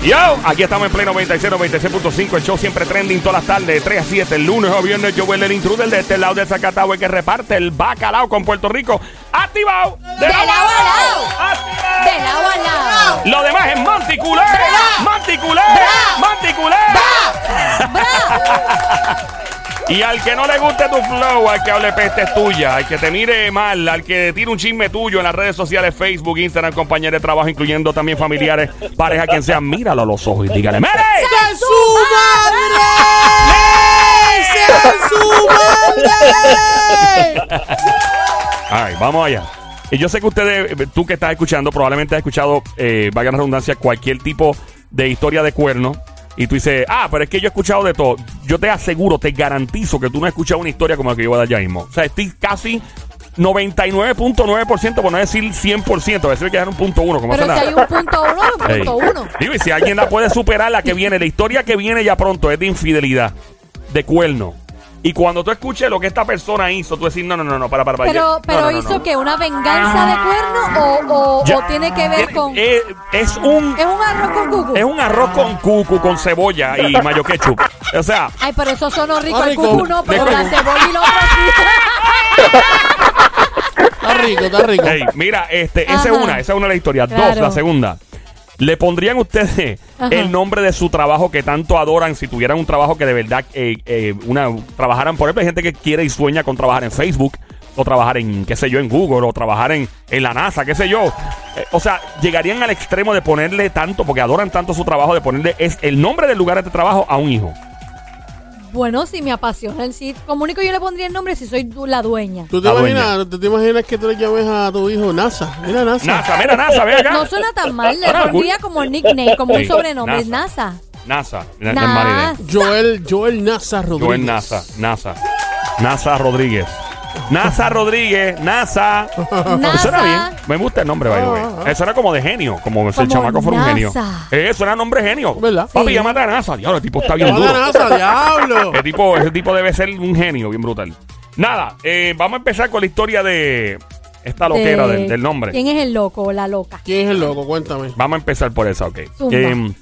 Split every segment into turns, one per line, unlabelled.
Yo, aquí estamos en pleno 96, 96.5, el show siempre trending todas las tardes, de 3 a 7, el lunes o viernes, yo el intruder de este lado del Zacatau, el que reparte el bacalao con Puerto Rico, activado,
De lado a lado.
activado.
De lado a lado.
Lo demás es manticulé,
Bra.
manticulé,
Bra.
manticulé.
¡Bra! ¡Bra!
Y al que no le guste tu flow, al que hable peste es tuya, al que te mire mal, al que tire un chisme tuyo en las redes sociales, Facebook, Instagram, compañeros de trabajo, incluyendo también familiares, pareja, quien sea, míralo a los ojos y dígale, ¡Mere!
¡Se
su madre! ¡Sea su madre!
Ay, vamos allá. Y yo sé que ustedes, eh, tú que estás escuchando, probablemente has escuchado, eh, valga la redundancia, cualquier tipo de historia de cuerno. Y tú dices, ah, pero es que yo he escuchado de todo. Yo te aseguro, te garantizo que tú no has escuchado una historia como la que yo voy a dar ya mismo. O sea, estoy casi 99.9%, por no decir 100%, a veces hay que dar un punto uno, como
Pero si
suena.
hay un punto uno, un
Ey.
punto uno.
Digo, y si alguien la puede superar, la que viene, la historia que viene ya pronto es de infidelidad, de cuerno. Y cuando tú escuches lo que esta persona hizo, tú decís, no, no, no, no, para, para, para. yo- no,
Pero, pero
no, no,
hizo
no".
que una venganza de cuerno o, o,
Ya.
o tiene que ver
Eh,
con.
eh, es un
es un arroz con cucu.
es un arroz con cucu, con cebolla y mayo ketchup. O sea,
Ay, pero eso sonó rico.
Ah,
El
rico.
cucu no, pero
De-
la cebolla y lo otro sí.
Está rico, está rico.
hey, mira, este,
Ajá.
esa es una, esa es una de las historias. Dos,
Claro.
la segunda. ¿Le pondrían ustedes
Ajá.
el nombre de su trabajo que tanto adoran si tuvieran un trabajo que de verdad eh, eh, una, trabajaran? Por ejemplo, hay gente que quiere y sueña con trabajar en Facebook o trabajar en, qué sé yo, en Google o trabajar en, en la NASA, qué sé yo. Eh, o sea, llegarían al extremo de ponerle tanto, porque adoran tanto su trabajo, de ponerle es el nombre del lugar de este trabajo a un hijo.
Bueno, si me apasiona el sitio. Comunico, yo le pondría el nombre si soy du- la dueña.
¿Tú te,
La dueña.
imaginas, ¿Tú te imaginas que tú le llames a tu hijo NASA? Mira NASA.
NASA, mira NASA, ve acá.
No suena tan mal. Le
Ahora,
pondría como nickname, como un
Ah, Sí,
sobrenombre.
NASA.
NASA.
NASA. Mira, no es mala idea.
NASA.
Joel, Joel NASA Rodríguez.
Joel NASA, NASA. NASA Rodríguez. NASA Rodríguez, NASA.
NASA. Ah,
Suena bien. Me gusta el nombre, by the way. Eh, Suena como de genio, como si el
Como
chamaco fuera un
NASA.
genio. Eh, suena nombre genio.
¿Verdad?
Papi,
Sí.
llámate a NASA. Diablo, el tipo está bien
Hola
duro.
NASA, diablo.
Ese tipo, ese tipo debe ser un genio bien brutal. Nada, eh, vamos a empezar con la historia de esta loquera
De-
del, del nombre.
¿Quién es el loco o la loca?
¿Quién es el loco? Cuéntame.
Vamos a empezar por esa, ok.
Zumba.
Eh,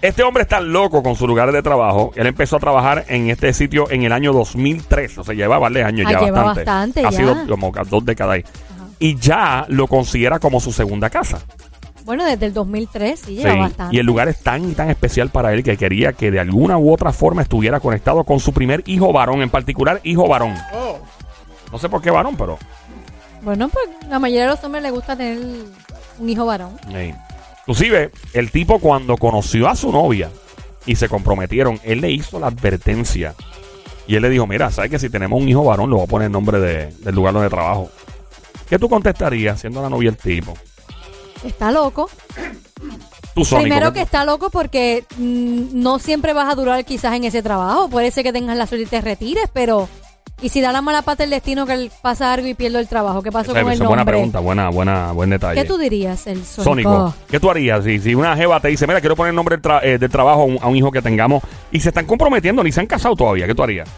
este hombre está loco con su lugar de trabajo. Él empezó a trabajar en este sitio en el año 2003. O sea, lleva varios años
Ah,
ya
lleva
bastante.
bastante,
ha
ya.
sido como ca- dos décadas ahí. Y ya lo considera como su segunda casa.
Bueno, desde el 2003 sí lleva
Sí.
bastante.
Y el lugar es tan y tan especial para él que quería que de alguna u otra forma estuviera conectado con su primer hijo varón, en particular hijo varón.
Oh.
No sé por qué varón, pero...
Bueno, pues la mayoría de los hombres les gusta tener un hijo varón.
eh. Inclusive, el tipo cuando conoció a su novia y se comprometieron, él le hizo la advertencia. Y él le dijo, mira, ¿sabes que si tenemos un hijo varón, lo voy a poner el nombre de- del lugar donde trabajo? ¿Qué tú contestarías siendo la novia el tipo?
Está loco.
Tú, Sónico,
Primero
¿qué
que está loco porque mm, no siempre vas a durar quizás en ese trabajo. Puede ser que tengas la suerte y te retires, pero... ¿Y si da la mala pata el destino que él pasa algo y pierdo el trabajo? ¿Qué
tú-
pasó
Esa-
con el
esa
nombre?
buena pregunta, buena, buena, buen detalle.
¿Qué tú dirías, el sónico?
Sónico, ¿qué tú harías si, si una jeva te dice, mira, quiero poner el nombre del, tra- eh, del trabajo a un, a un hijo que tengamos y se están comprometiendo, ni se han casado todavía? ¿Qué tú harías?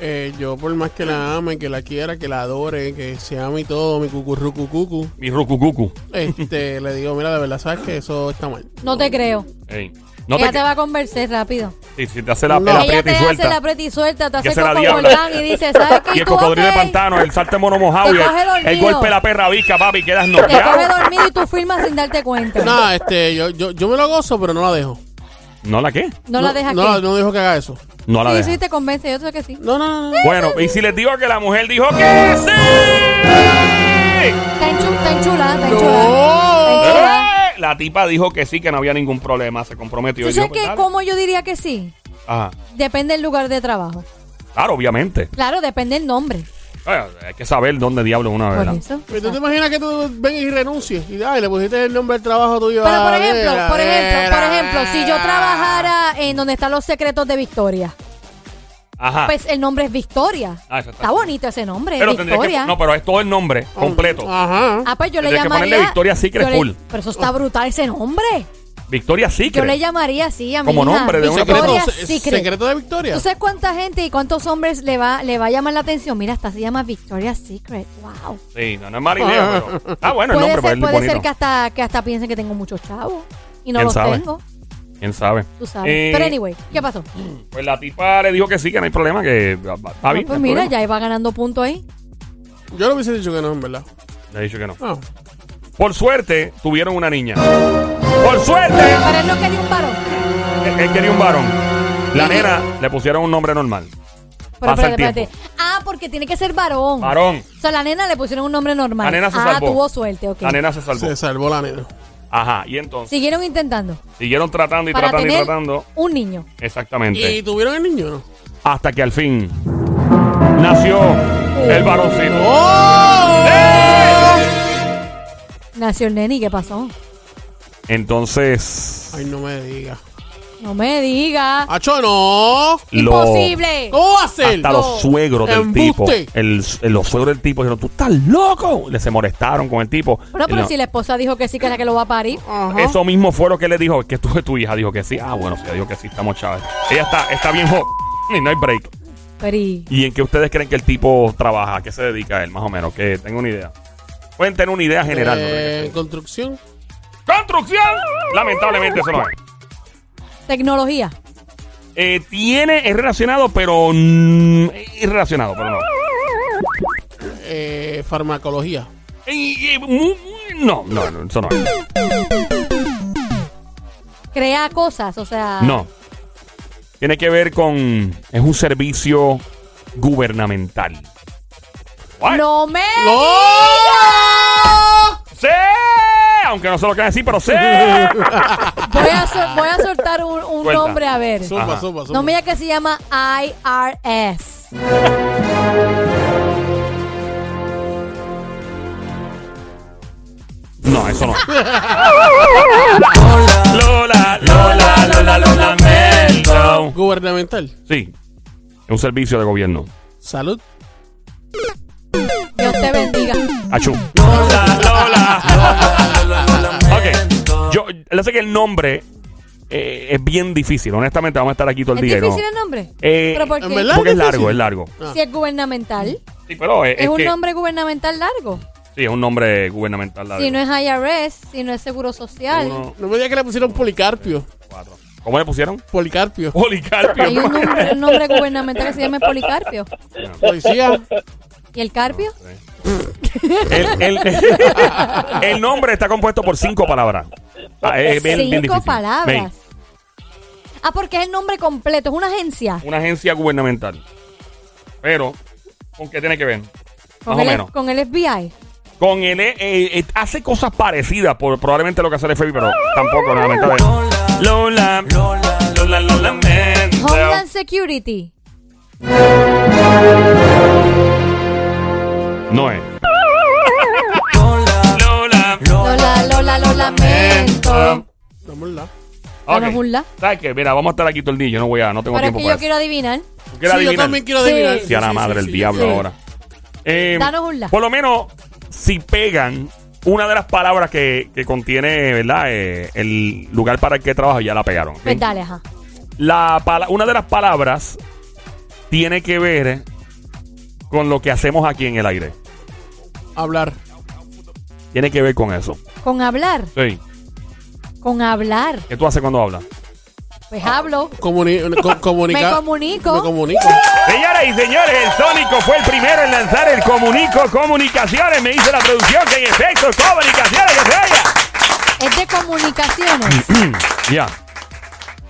Eh, yo por más que la ame, que la quiera, que la adore, que se ame y todo, mi cucurrucucucu,
Mi rucucucu.
este, le digo, mira, de verdad, sabes que eso está mal.
No te creo.
Ey, No te,
Ella te, va a convencer rápido.
si, si te hace la,
No.
el
Ella
aprieta
te
y
hace
suelta.
la preta y suelta, te
Que
hace
sea la
como
diabla.
Gordán y dice, ¿sabes qué?
Y el
Tú,
cocodrilo de
ok,
pantano, el salte mono mojado
Te
y el,
coge dormido.
el golpe de la perra visca, papi, quedas
Te coge
noqueado.
dormido y tú firmas sin darte cuenta. No,
No, este, yo, yo, yo me lo gozo, pero no la dejo.
¿No la qué?
la dejas
no,
aquí.
no dejo que haga eso.
No la
sí,
deja.
sí, te convence, yo sé que sí.
No, no, no, no.
Bueno, y si les digo que la mujer dijo que sí.
Está enchu- está enchulada, está
No.
enchulada. Está enchulada.
¡Eh! La tipa dijo que sí, que no había ningún problema, se comprometió.
¿Tú
y dijo,
sabes
pues,
que
dale.
cómo yo diría que sí?
Ajá.
Depende del lugar de trabajo.
Claro, obviamente.
Claro, depende del nombre.
Eh, hay que saber dónde diablo una
Por
verdad.
eso.
Pero tú te imaginas que tú vengas y renuncies y ay, le pusiste el nombre del trabajo tuyo.
Pero
a-
por ejemplo,
mira,
por ejemplo, por
mira,
ejemplo, si yo
mira.
trabajara en donde están los secretos de Victoria,
Ajá.
pues el nombre es Victoria.
Ah, eso está
Está bonito ese nombre,
pero tendría que.
Victoria.
No, pero es todo el nombre completo.
Ajá.
Ah, pues yo le
Tendría que
llamaría.
ponerle Victoria's Secret
yo le-
full.
Pero eso está brutal ese nombre.
Victoria Secret.
Yo le llamaría así a mi
Como
hija.
nombre de una
Victoria's
Victoria's
se-
Secret.
secreto de Victoria.
¿Tú sabes cuánta gente y cuántos hombres le va, le va a llamar la atención? Mira, hasta se llama Victoria's Secret. Wow.
Sí, no, no es mala idea, pero. Ah, bueno, el nombre
puede ser,
pero es
puede ser que
bonito.
hasta, que hasta piensen que tengo muchos chavos y no
¿Quién
los
sabe?
tengo.
Quién sabe.
Tú sabes.
Eh,
Pero anyway, ¿qué pasó?
Pues la tipa le dijo que sí, que no hay problema, que va- va- está bien.
pues
no hay
mira,
problema.
ya iba ganando punto ahí.
Yo lo hubiese dicho que no, en verdad.
Le ha dicho que no.
Ah.
Por suerte, tuvieron una niña. Por suerte,
Pero él no quería un varón.
él él quería un varón. La nena le pusieron un nombre normal.
Pero
Pasa el
espérate,
tiempo.
espérate. Ah, porque tiene que ser varón.
Varón.
O sea, la nena le pusieron un nombre normal.
La nena se
ah,
salvó.
tuvo suerte, ok.
La nena se salvó.
Se salvó la nena.
Ajá, y entonces
Siguieron intentando
siguieron tratando y
para
tratando y
tener
tratando.
un niño.
Exactamente.
¿Y tuvieron el niño? no?
Hasta que al fin nació el
Oh.
varoncito.
¡Oh!
¡Eh!
Nació el nene y ¿qué pasó?
Entonces,
Ay, no me digas.
No me digas.
¡Acho, no!
Ah, lo-
Imposible.
¿Cómo va a ser?
hasta los suegros del tipo,
Embuste.
el, el- los suegros del tipo dijeron, tú estás loco. Le se molestaron con el tipo.
Bueno, pero
Y no-
si la esposa dijo que sí, que es la que lo va a parir.
Ajá.
Eso mismo fue lo que le dijo, que tu, tu hija dijo que sí. Ah, bueno, si ella dijo que sí, estamos chavales. Ella está, está bien hot y no hay break.
Pero y-
¿Y en qué ustedes creen que el tipo trabaja? ¿A qué se dedica él, más o menos? Que tengo una idea. Pueden tener una idea general. ¿no?
Eh, construcción.
¡Construcción! Lamentablemente eso no es.
Tecnología.
Eh, tiene, es relacionado, pero... mm, es relacionado, pero no.
Eh, farmacología.
Eh, eh, mu- mu- no, no, no, eso no es.
Crea cosas, o sea.
No. Tiene que ver con... Es un servicio gubernamental. What?
No me.
¡No!
¡Sí! Aunque no se lo quieran decir, pero ¡sí!
Voy a, sol- voy a soltar un, un
Suelta.
nombre a ver.
Ajá.
Zumba, zumba, zumba.
No me diga que se llama IRS.
No, eso no. Lola, Lola, Lola, lo lamento.
Gubernamental.
Sí. Es un servicio de gobierno.
Salud.
Dios te bendiga.
Achú.
Lola,
Ok. Yo, yo sé que el nombre eh, es bien difícil. Honestamente, vamos a estar aquí todo
¿Es
el día. y
difícil
¿no?
el nombre?
Eh,
¿Pero por qué?
¿en verdad?
Porque es
¿Es difícil?
largo, es largo.
Si es gubernamental.
Sí, pero eh, es,
Es un
que-
nombre gubernamental largo.
Sí, es un nombre gubernamental largo.
Si no es IRS, si no es Seguro Social.
Uno,
No me digas que le pusieron Policarpio.
cuatro. ¿Cómo le pusieron?
Policarpio.
Policarpio.
Hay un nombre, un nombre gubernamental que se llama Policarpio.
Policía.
¿Y el Carpio?
El, el- el nombre está compuesto por cinco palabras. Ah, es bien- bien
Cinco
difícil.
palabras.
Ven,
Ah, porque es el nombre completo. Es una agencia.
una agencia gubernamental. Pero, ¿con qué tiene que ver? Más
Con,
o
el,
menos.
con el FBI.
Con el... eh, eh, hace cosas parecidas, por, probablemente lo que hace el FBI, pero tampoco, lamentablemente. Lola, Lola, Lola, lo lamento.
Homeland Security.
No es. Lola,
Lola, Lola, lo lamento.
No, en verdad.
Ok.
Dame un la.
¿Sabes qué? Mira, vamos a estar aquí todo el día. Yo no voy a... No tengo
Pero es
tiempo
que
para
yo
eso.
quiero adivinar.
¿Tú
Sí,
quieres
yo
adivinar?
también quiero
Sí.
adivinar.
Sí, a la madre, el diablo
sí.
ahora. Eh,
Danos un la.
Por lo menos, si pegan una de las palabras que, que contiene, ¿verdad? Eh, el lugar para el que trabaja, ya la pegaron.
Pues dale, ajá.
La pala- una de las palabras tiene que ver con lo que hacemos aquí en el aire.
Hablar.
Tiene que ver con eso.
Con hablar.
Sí.
Con hablar.
¿Qué tú haces cuando hablas?
Pues
Ah.
hablo.
Comuni co- comunica-
Me comunico.
Me comunico.
Señoras y señores, el Sónico fue el primero en lanzar el comunico comunicaciones. Me dice la producción que en efecto, comunicaciones que se oiga.
Es de comunicaciones.
ya.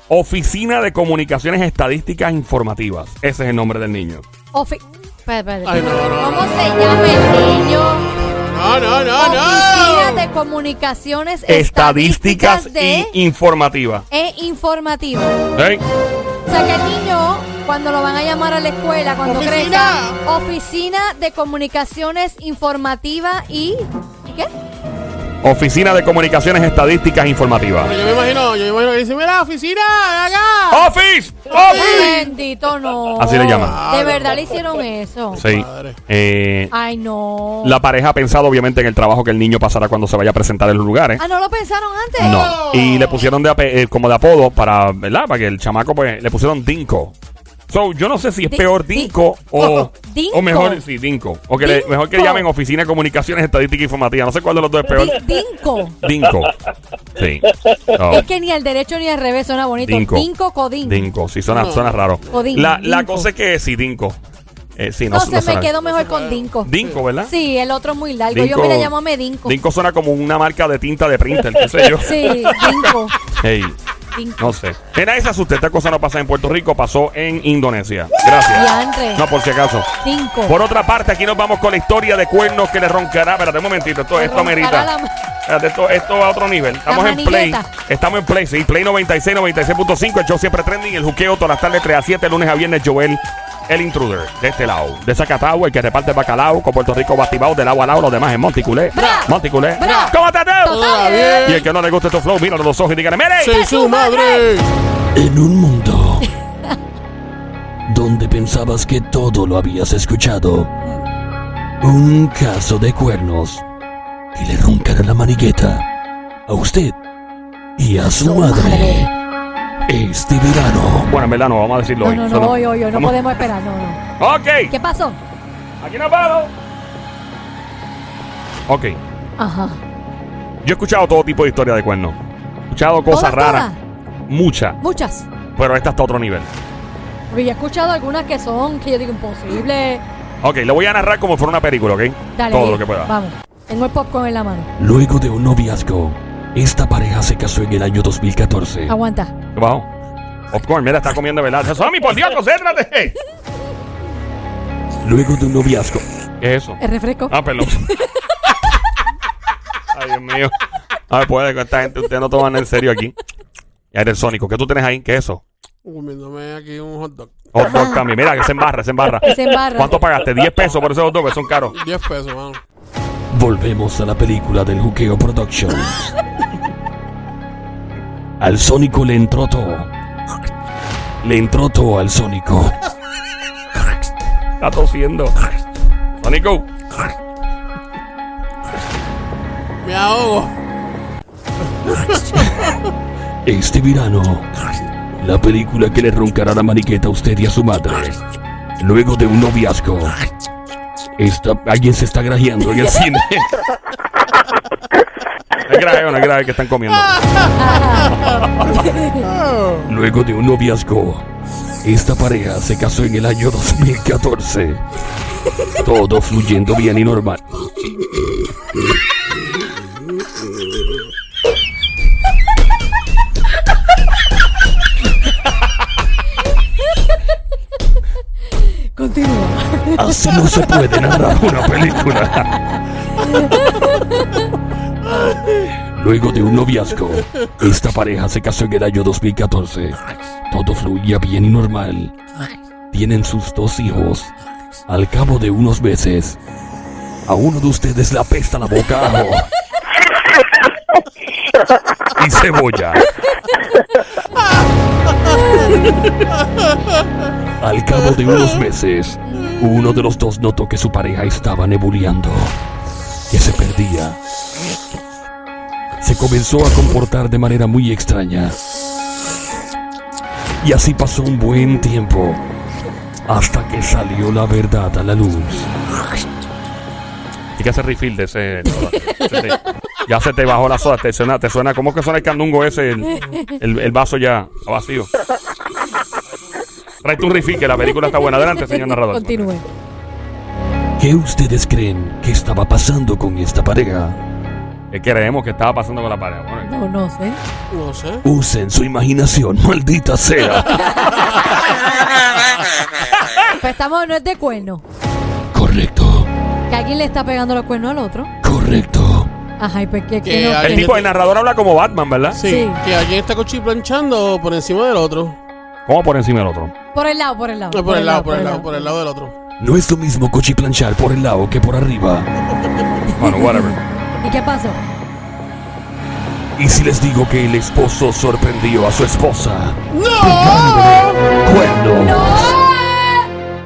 Oficina de Comunicaciones Estadísticas Informativas. Ese es el nombre del niño.
Ofi- Espérate, espérate.
Ay, no, no, no.
¿Cómo se llama el niño?
No, no,
Ah,
no,
Oficina
no.
de Comunicaciones Estadísticas, de
y Informativas.
e Informativas.
¿Sí?
O sea que el niño, cuando lo van a llamar a la escuela, cuando
Oficina.
crezca, Oficina de Comunicaciones Informativa y. ¿y qué?
Oficina de Comunicaciones Estadísticas Informativas.
Pero yo me imagino, yo me imagino que dice, mira, oficina, ven acá.
¡Office! ¡Office!
Bendito, no.
Así le llaman.
De verdad le hicieron eso.
Sí.
Padre.
Eh,
Ay, no.
la pareja ha pensado obviamente en el trabajo que el niño pasará cuando se vaya a presentar en los lugares.
Ah, no lo pensaron antes.
No. Y le pusieron de ape- eh, como de apodo para, ¿verdad? Para que el chamaco, pues, le pusieron Dinko. So, yo no sé si es
Di-
peor
di- oh,
Dinko o,
Dinko.
o mejor, sí, Dinko. O que le-
Dinko.
mejor que le llamen Oficina de Comunicaciones Estadísticas Informativas. No sé cuál de los dos es peor.
Di- Dinko.
Dinko. Sí. No.
Es que ni al derecho ni al revés suena bonito.
Dinko.
Dinko, Codín.
Dinko. Sí, suena,
No.
suena raro.
Codín,
La, la
Dinko.
cosa es que sí, Dinko. Eh, sí, no,
No, se me
suena
quedó mejor con Dinko.
bien. Dinko, ¿verdad?
Sí, el otro es muy largo.
Dinko-
Yo me le llamo a Medinko.
Dinko suena como una marca de tinta de printer, qué sé yo.
Sí, Dinko.
Hey,
Dinko.
no sé. En esa asusté. Esta cosa no pasa en Puerto Rico, pasó en Indonesia. Gracias.
Diantre.
No, por si acaso.
Dinko.
Por otra parte, aquí nos vamos con la historia de cuernos que le roncará. Espérate un momentito, esto,
Le
esto
roncará
merita.
la-
Espérate, esto, esto va a otro nivel. Estamos en Play.
manigueta.
Estamos en Play, sí. Play 96, 96.5. El show siempre trending. El juqueo todas las tardes 3 a 7. Lunes a viernes, Joel, el intruder. De este lado. De Zacatau, el que reparte bacalao. Con Puerto Rico batibao del agua al lado. Los demás en Monticulé.
Bra.
Monticulé.
Bra.
¿Cómo te
Total.
Toda
Y el
bien.
que no le guste estos flow, míralo a los ojos y dígale, mire.
Soy su madre.
En un mundo donde pensabas que todo lo habías escuchado, un caso de cuernos que le roncará la manigueta a usted y a su madre este verano.
Bueno, en verdad no, vamos a decirlo
No,
hoy.
no,
Eso
no, hoy, hoy, hoy, no
Vamos-
podemos esperar, no, no.
Ok,
¿Qué pasó?
aquí nos vamos. Ok.
Ajá.
Yo he escuchado todo tipo de historias de cuernos. He escuchado cosas
Todas,
raras. Muchas.
Muchas.
Pero esta está a otro nivel.
Porque yo he escuchado algunas que son, que yo digo, imposible.
Ok, lo voy a narrar como fuera una película, ¿ok?
Dale.
todo
dile.
lo que pueda.
Vamos. Tengo el popcorn en la mano.
Luego de un noviazgo, esta pareja se casó en el año 2014.
Aguanta.
Bajo. Popcorn, mira, está comiendo verdad. Sami, por Dios, concéntrate.
Luego de un noviazgo,
¿Qué es eso?
El refresco.
Ah, perdón. Ay, Dios mío. A ver, puede, con esta gente ustedes no toman en serio aquí. Y ahora el sónico. ¿Qué tú tienes ahí? ¿Qué es eso?
Comiéndome aquí un hot dog.
Hot dog también. Mira, que se embarra, se embarra.
Que se embarra.
¿Cuánto pagaste? 10 pesos por esos hot dogs, son caros.
10 pesos, mano.
volvemos a la película del Juqueo Productions. Al Sónico le entró todo. Le entró todo al Sónico.
Está tosiendo. Sónico.
Me ahogo.
Este verano, la película que le roncará la maniqueta a usted y a su madre. Luego de un noviazgo. Está, alguien se está grajeando en el cine.
No es grave, no es grave que están comiendo.
Luego de un noviazgo. Esta pareja se casó en el año 2014. Todo fluyendo bien y normal.
Continúa.
Así no se puede narrar una película. Luego de un noviazgo, esta pareja se casó en el año 2014. Todo fluía bien y normal. Tienen sus dos hijos. Al cabo de unos meses, a uno de ustedes le apesta la boca a ajo
Y cebolla.
Al cabo de unos meses, uno de los dos notó que su pareja estaba nebuleando, que se perdía. Se comenzó a comportar de manera muy extraña. Y así pasó un buen tiempo, hasta que salió la verdad a la luz.
Hay que hacer refill de ese. Sí. Ya se te bajó la soda, te suena, te suena. ¿Cómo que suena el candungo ese? El, el- el vaso ya vacío. Trae tu refill, que la película está buena. Adelante, señor narrador.
Continúe.
¿Qué ustedes creen que estaba pasando con esta pareja?
¿Qué creemos que estaba pasando con la pareja? Bueno,
No, no sé.
No sé.
Usen su imaginación, maldita sea.
Pero Pues estamos, no es de cuerno.
Correcto,
Que alguien le está pegando los cuernos al otro.
correcto.
Ajá, y pues que, que
Que
no.
el
alguien-
que-
tipo, el narrador habla como Batman, ¿verdad?
Sí,
Sí.
que alguien está cuchiplanchando por encima del otro.
¿Cómo por encima del otro?
Pues por el lado, por el lado.
No, Ah, por el lado, por el lado, por el lado del otro.
No es lo mismo cochiplanchar por el lado que por arriba.
Bueno, whatever.
¿Y qué pasó?
¿Y si les digo que el esposo sorprendió a su esposa?
¡No!
¡Cuernos!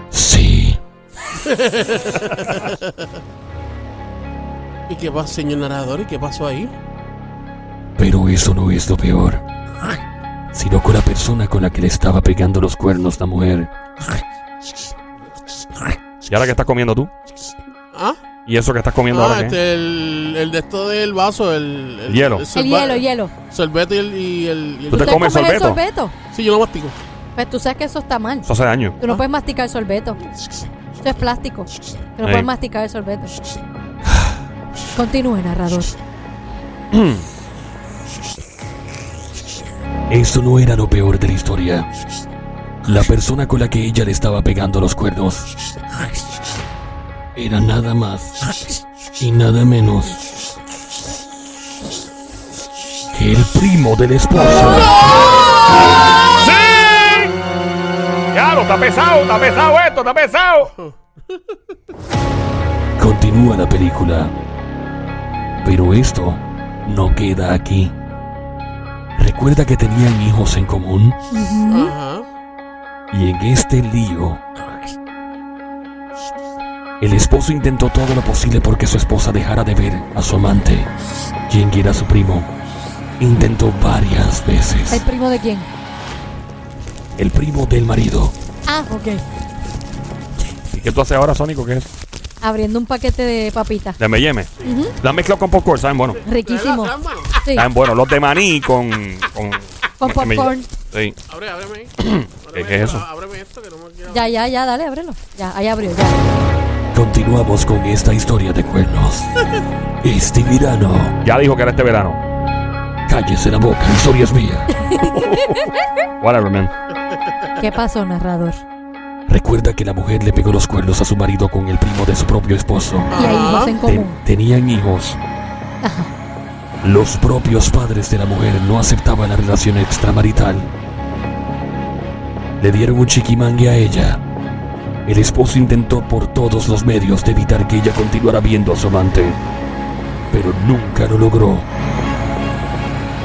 Sí.
¿Y qué pasa, señor narrador? ¿Y qué pasó ahí?
Pero eso no es lo peor. Sino con la persona con la que le estaba pegando los cuernos la mujer.
¿Y ahora qué estás comiendo tú?
¿Ah?
¿Y eso que estás comiendo
Ah,
ahora qué?
este, el, el de esto del vaso, el... el
Hielo.
El
sorba-
hielo, hielo.
Sorbete y el... Y el, y el-
¿Tú te
¿Usted
comes
come el
sorbeto?
sorbeto?
Sí, yo lo mastico.
Pues tú sabes que eso está mal.
Eso hace daño.
Tú no puedes masticar sorbeto. Eso es plástico. Tú no
Ahí.
puedes masticar el sorbeto. Continúe, narrador.
Eso no era lo peor de la historia. La persona con la que ella le estaba pegando los cuernos era nada más y nada menos que el primo del esposo.
¡Sí! Claro, está pesado, está pesado esto, está pesado.
Continúa la película. Pero esto no queda aquí. Recuerda que tenían hijos en común
Ajá.
y en este lío. El esposo intentó todo lo posible porque su esposa dejara de ver a su amante, quien era su primo. Intentó varias
¿El
veces.
primo de quién?
El primo del marido.
Ah, ok.
¿Y qué tú haces ahora, Sónico? ¿Qué es?
Abriendo un paquete de papitas.
De M&M. La han mezclado con popcorn, ¿saben? Bueno,
Riquísimo.
Las manos.
Sí.
saben bueno. Los de maní con... Con,
Con popcorn.
Sí.
Abre, ábreme. ahí.
¿Qué,
Ábreme
qué es
esto,
eso?
Ábreme esto que no me quiero...
Ya, ya, ya, dale, ábrelo. Ya, ahí abrió, ya.
Continuamos con esta historia de cuernos. Este verano,
Ya dijo que era este verano.
cállese la boca, la historia es mía.
Whatever, man.
¿Qué pasó, narrador?
Recuerda que la mujer le pegó los cuernos a su marido con el primo de su propio esposo.
Y hay hijos en
Ten-
común.
tenían hijos. Los propios padres de la mujer no aceptaban la relación extramarital. Le dieron un chiquimangue a ella. El esposo intentó por todos los medios de evitar que ella continuara viendo a su amante, pero nunca lo logró.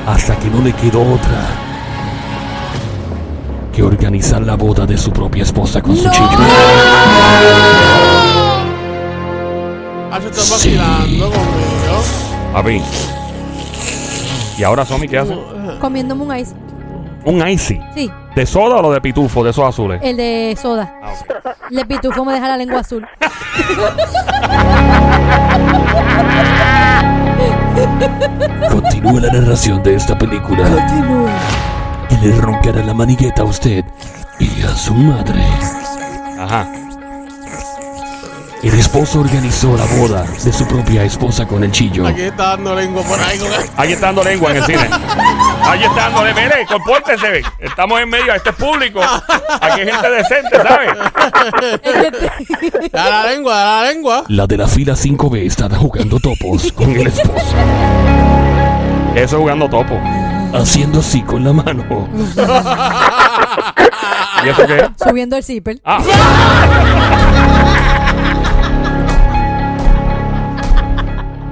Hasta que no le quedó otra que organizar la boda de su propia esposa con su chico.
Ah, yo estoy
Sí.
vacilando conmigo.
Papi. ¿Y ahora, Sonic, qué hace?
Comiéndome un ice.
Un icy.
Sí,
¿De soda o lo de pitufo? De esos azules.
el de soda.
Ah, ok.
Le pitufo me deja la lengua azul.
Continúa la narración de esta película. Y le roncará la manigueta a usted y a su madre.
Ajá.
El esposo organizó la boda de su propia esposa con el chillo.
Aquí está dando lengua por ahí. con- este.
Ahí está dando lengua en el cine. Ahí está dándole, mire, compórtese. ve. Estamos en medio, este es público. Aquí hay gente decente, ¿sabes?
Da la lengua, da la lengua.
La de la fila 5B estaba jugando topos con el esposo,
Eso jugando topo.
haciendo así con la mano.
¿Y eso qué es?
Subiendo el zipper.
Ah,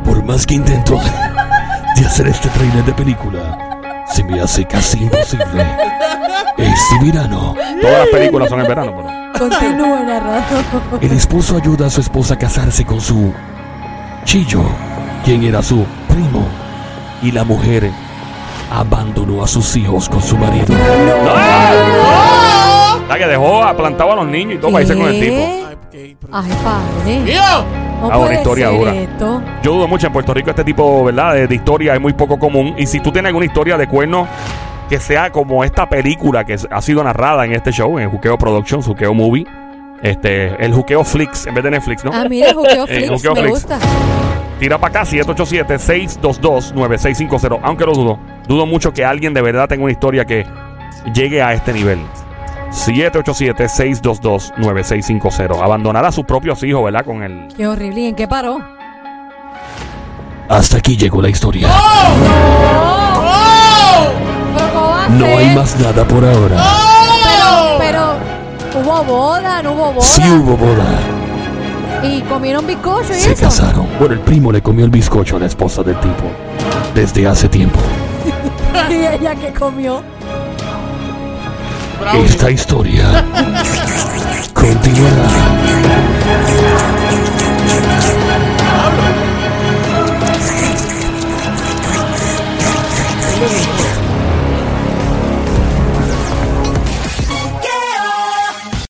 Por más que intento de hacer este trailer de película, se me hace casi imposible. Este verano,
todas las películas son en verano, pero.
Continúa, narrador.
el esposo ayuda a su esposa a casarse con su chillo, quien era su primo, y la mujer abandonó a sus hijos con su marido.
La que dejó a- plantado a los niños y todo para irse con el tipo.
¿Qué?
Ay, qué-
Ay, padre.
¡Mío!
No
Ah, una
puede
historia
ser
dura.
esto.
Yo dudo mucho en Puerto Rico este tipo, ¿verdad? De, de historia es muy poco común. Y si tú tienes alguna historia de cuernos que sea como esta película que ha sido narrada en este show, en Juqueo Productions, Juqueo Movie, este, el Juqueo Flix, en vez de Netflix, ¿no?
Ah, mira, juqueo flips.
Eh, juqueo
Me
flips.
gusta.
Tira para acá 787-622-9650. Aunque lo dudo. Dudo mucho que alguien de verdad tenga una historia que llegue a este nivel. 787-622-9650. Abandonar a sus propios hijos, ¿verdad? Con el...
Qué horrible. ¿Y en qué paró?
Hasta aquí llegó la historia.
Oh,
¡Oh!
Pero, ¿cómo va a
No hay
ser?
más nada por
Oh,
ahora.
Pero, pero, ¿hubo boda? ¿No hubo boda?
Sí hubo boda.
Y comieron bizcocho y
Se
eso.
casaron. Bueno, el primo le comió el bizcocho a la esposa del tipo. Desde hace tiempo.
y ella que comió.
Brownie.
Ah,
Esta historia continuará.